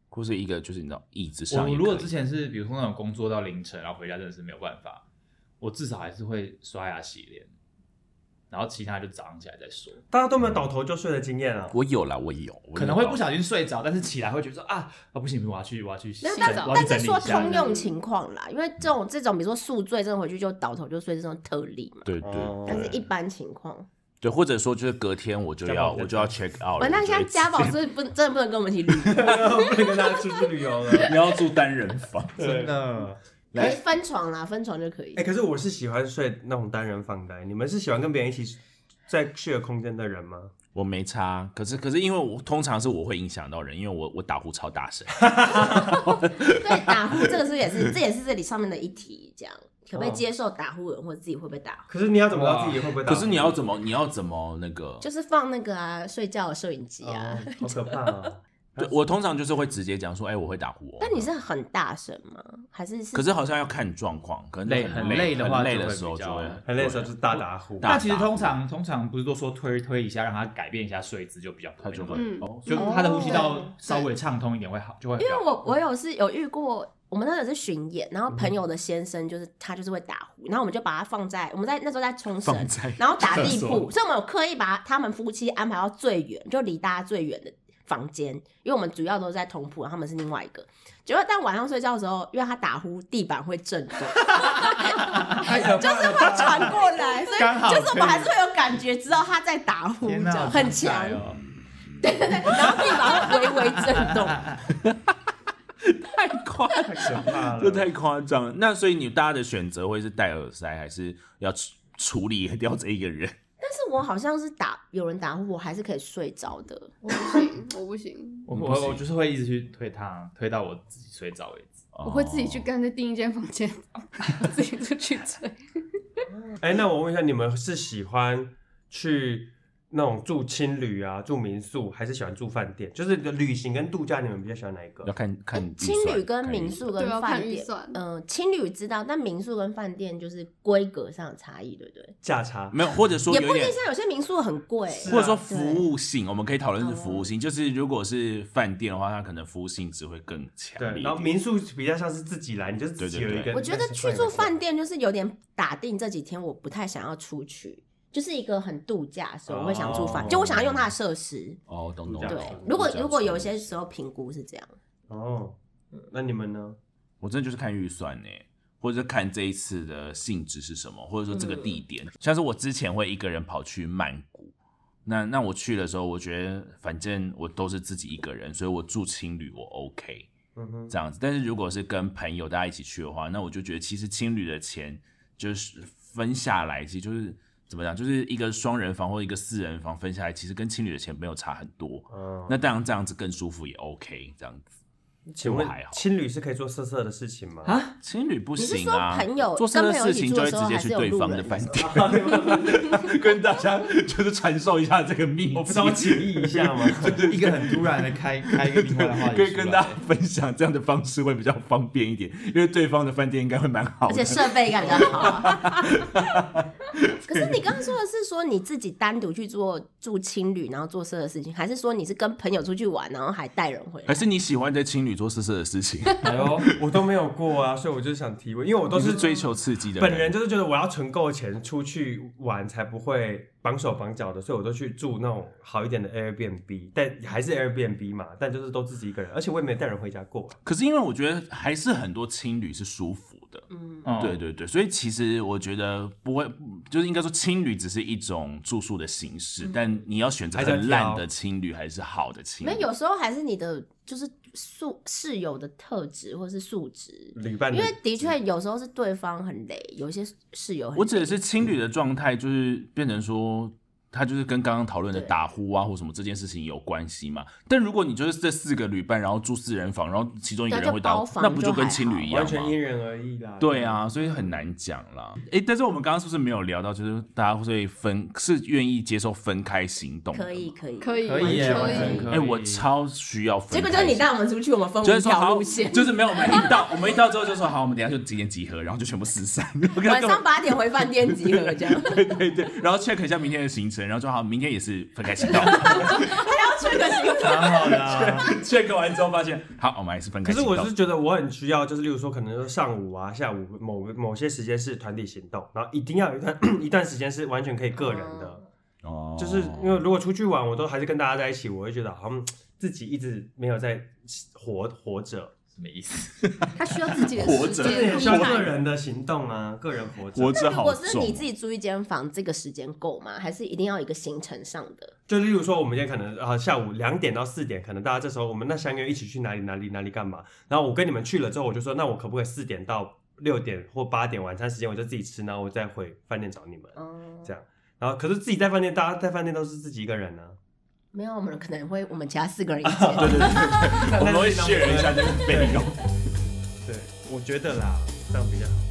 C: 或是一个就是你知道椅子上
D: 我
C: 也可以。
D: 如果之前是比如说那种工作到凌晨，然后回家真的是没有办法，我至少还是会刷牙洗脸，然后其他就早上起来再说。
A: 大家都没有倒头就睡的经验啊。
C: 我有啦，我有，我有
D: 可能会
C: 到
D: 不小心睡着，但是起来会觉得说啊啊不行不行，我要去我要去洗
B: 没有，
D: 整
B: 但
D: 我要
B: 但
D: 去整
B: 是
D: 理
B: 说
D: 一下。
B: 通用情况啦，因为这种这种，比如说宿醉，真的回去就倒头就睡这种特例嘛。
C: 对对
A: 哦
B: 但是
C: 对
B: 一般情况，
C: 对，或者说就是隔天我就
A: 家
C: 要
A: 暴
C: 我就要 check out 了。
B: 完蛋，
C: 我就会
B: 现在家 宝是不是不真的不能跟我们一起旅，
A: 不能跟大家出去旅游了。
C: 你要住单人房，
D: 真的，
B: 可以分床啦，分床就 可以
A: 哎、。可是我是喜欢睡那种单人房的、你们是喜欢跟别人一起在 share 空间的人吗？
C: 我没差。可是可是因为我通常是我会影响到人，因为我我打呼超大声。
B: 对，打呼这个是不是也是，这也是这里上面的一题，这样可不可以接受打呼人或者自己会不会打
A: 可是你要怎么知道自己会不会打
C: 可
A: 呼？
C: 是你要怎么你要怎么那个
B: 呼？？就是放那个啊睡觉的摄影机
A: 哦
B: 啊，，
A: 好可怕啊！
C: 对
D: 嗯
C: 我通常就是会直接讲说，哎、我会打呼哦。
B: 但你是很大声吗？还是是？
C: 可是好像要看状况，可能
D: 累
C: 很
D: 很累的话
C: 很累
D: 就
C: 的
D: 会
C: 时候
D: 比
C: 就
D: 较
C: 会
A: 很累的时候就是大打呼。
C: 大
D: 那其实通常通常不是都说推推一下，让他改变一下睡姿就比较不
C: 他
D: 会
C: 就
D: 那么
C: 会
D: 累，
E: 嗯
C: 哦，
D: 就他的呼吸道稍微畅通一点会好，就会比
B: 因
D: 较
B: 为我我有是有遇过，我们那时候是巡演，然后朋友的先生就是他就是会打呼，然后我们就把他放在我们在那时候在冲绳
C: 放，在
B: 然后打地
C: 厕
B: 铺，
C: 所
B: 所以我们有刻意把他们夫妻安排到最远，就离大家最远的房间，因为我们主要都是在同铺，然后他们是另外一个。结果但晚上睡觉的时候，因为他打呼，地板会震 动，
D: 太可
B: 就是会传过来，所以
D: 哎刚好
B: 就是我们还
D: 可以
B: 是会有感觉，知道他在打呼，
D: 天
B: 这
D: 哪
B: 样
D: 好
B: 很
D: 精
B: 强
D: 彩，哦
B: 然后地板会微微震 动。
C: 太 夸
A: 太可怕了，
C: 这太夸张了。那所以你大家的选择会是戴耳塞，还是要处处理 掉这一个人？
B: 但是我好像是打有人打呼，我还是可以睡着的。
E: 我不行，我不行，
D: 我
C: 不行
D: 我我就是会一直去推他，推到我自己睡着为止。
E: 我会自己
C: 哦
E: 去跟着订一间房间，自己出去吹。
A: 哎、那我问一下，你们是喜欢去那种住青旅啊，住民宿，还是喜欢住饭店？就是旅行跟度假，你们比较喜欢哪一个
C: 哦要？看看预
B: 哎青
C: 算
B: 旅跟民宿跟
E: 对要
B: 饭
E: 看预
B: 店，
E: 算
B: 嗯、青旅知道，但民宿跟饭店就是规格上的差异，对不对？
A: 价差？
C: 没有，或者说
B: 也
C: 有
B: 不一
C: 点
B: 定，，像有些民宿很贵，
A: 是啊
C: 或者说服务性，我们可以讨论是
B: 哦
C: 服务性。就是如果是饭店的话，它可能服务性质会更强烈
A: 对，
C: 一
A: 然后
C: 点。
A: 民宿比较像是自己来，你就自
C: 对
A: 己
C: 对
A: 有
C: 对
A: 一个。
B: 我觉得去住饭，店就是有点打定这几天我不太想要出去，就是一个很度假的时候，我会想住饭，
A: 哦
B: 就我想要用它的设施。
C: 哦，懂懂。
A: 度假
C: 懂
B: 对
A: 哦，
B: 如果
C: 度假
B: 如果有
C: 村
B: 些时候评估是这样，
A: 哦，那你们呢？
C: 我真的就是看预算呢、或者是看这一次的性质是什么，或者说这个地点。像是我之前会一个人跑去曼谷，那那我去的时候，我觉得反正我都是自己一个人，所以我住青旅我 OK
A: 嗯哼，
C: 这样子。但是如果是跟朋友大家一起去的话，那我就觉得其实青旅的钱就是分下来，其实就是。怎么讲？就是一个双人房或一个四人房分下来，其实跟青旅的钱没有差很多。
A: 嗯，
C: 那当然这样子更舒服也 OK，这样子。
A: 请问
C: 我还好
A: 青旅是可以做色色的事情吗？
D: 啊
C: 情侣不
B: 你是
C: 行
B: 说
C: 啊，
B: 朋友
C: 做生
B: 跟
C: 的
B: 朋友一
C: 事
B: 起
C: 情
B: 住的
C: 就会
B: 时候
C: 直接
B: 还是
C: 去
B: 有
C: 对
B: 路
C: 方
B: 人
C: 的
B: 的
C: 饭
B: 时
C: 店， 跟大家就是传授一下这个秘
A: 我不知道，我
C: 籍，
A: 请意一下吗？
D: 一个很突然的开开一个另外的话题出
C: 可
D: 来，
C: 以跟大家分享这样的方式会比较方便一点，因为对方的饭店应该会蛮好
B: 而且
C: 的。
B: 设备感觉好啊。 可是你刚刚说的是说你自己单独去做住青旅，然后做色的事情，还是说你是跟朋友出去玩，然后还带人回
C: 还
B: 来？
C: 是你喜欢在情侣做色色的事情，
A: 哎呦，我都没有过啊，所以我就想提问，因为我都
C: 都是
A: 是
C: 追求刺激的
A: 本人就是觉得我要存够钱出去玩才不会绑手绑脚的，所以我都去住那种好一点的 Airbnb，但还是 Airbnb 嘛，但就是都自己一个人，而且我也没带人回家过、
C: 可是因为我觉得还是很多情侣是舒服的，
B: 嗯，
D: 嗯
C: 对对对，所以其实我觉得不会，就是应该说青旅只是一种住宿的形式，但你嗯要选择
A: 还是要
C: 很烂
A: 挑
C: 的青旅还是好的青旅
B: 没。有，有时候还是你的就是素室友的特质或是素质，
C: 嗯
A: 旅伴
B: 因
A: 的
B: 为的确有时候是对方很累，有一些室友很
C: 我指的是青旅的状态，就是变成说，他就是跟刚刚讨论的
B: 对
C: 打呼啊或什么这件事情有关系嘛。但如果你就是这四个旅伴，然后住四人房，然后其中一个
B: 对
C: 人会打
B: 就包
C: 呼，
B: 房
C: 那不
B: 就
C: 跟
B: 还
C: 青旅一样
A: 完全因
C: 吗？
A: 人而异啦。
C: 对，啊，所以很难讲啦。诶，但是我们刚刚是不是没有聊到，就是大家会分是愿意接受分开行动的？
B: 可以可以
E: 可以，
D: 可以耶，
E: 完
D: 完
E: 全
D: 全可以。
C: 诶，我超需要分
B: 结
C: 开
B: 果
C: 行动。
B: 就是你带我们出去，我们分
C: 就是
B: 五
C: 说
B: 条
C: 好
B: 路线，
C: 就是没有。我们一到，我们一到之后就说好，我们等一下就几点集合，然后就全部四散。我跟他
B: 晚
C: 根本
B: 上八点回饭店集合这样，
C: 对对对，然后 check 一下明天的行程，然后说好，明天也是分开行 动。
B: 这个行程
D: 蛮 好的啊，
C: check 完之后发现，好，我们还是分
A: 可
C: 开
A: 是
C: 行动。
A: 我是觉得我很需要，就是例如说，可能说上午啊、下午某个某些时间是团体行动，然后一定要有一段 一段时间是完全可以个人的。
C: 哦
A: 就是因为如果出去玩，我都还是跟大家在一起，我会觉得好像自己一直没有在活活着，
D: 什么意思？
E: 他需要自己的
C: 活
E: 时
C: 着
A: 就是
E: 间
A: 也需要
E: 依
A: 个
E: 赖。
A: 人的行动啊，个人活着。
C: 活着
B: 如
C: 好
B: 果是
C: 重哦
B: 你自己租一间房，这个时间够吗？还是一定要一个行程上的？
A: 就例如说，我们今天可能啊、呃下午两点到四点，可能大家这时候我们那相约一起去哪里哪里哪里干嘛，然后我跟你们去了之后，我就说那我可不可以四点到六点或八点晚餐时间我就自己吃，然后我再回饭店找你们。
B: 嗯，
A: 这样然后可是自己在饭店，大家在饭店都是自己一个人啊呢、
B: 没有，我们可能会我们其他四个人一起。对对
C: 我们会 share 一下这个费用。
A: 对，我觉得啦，这样比较好。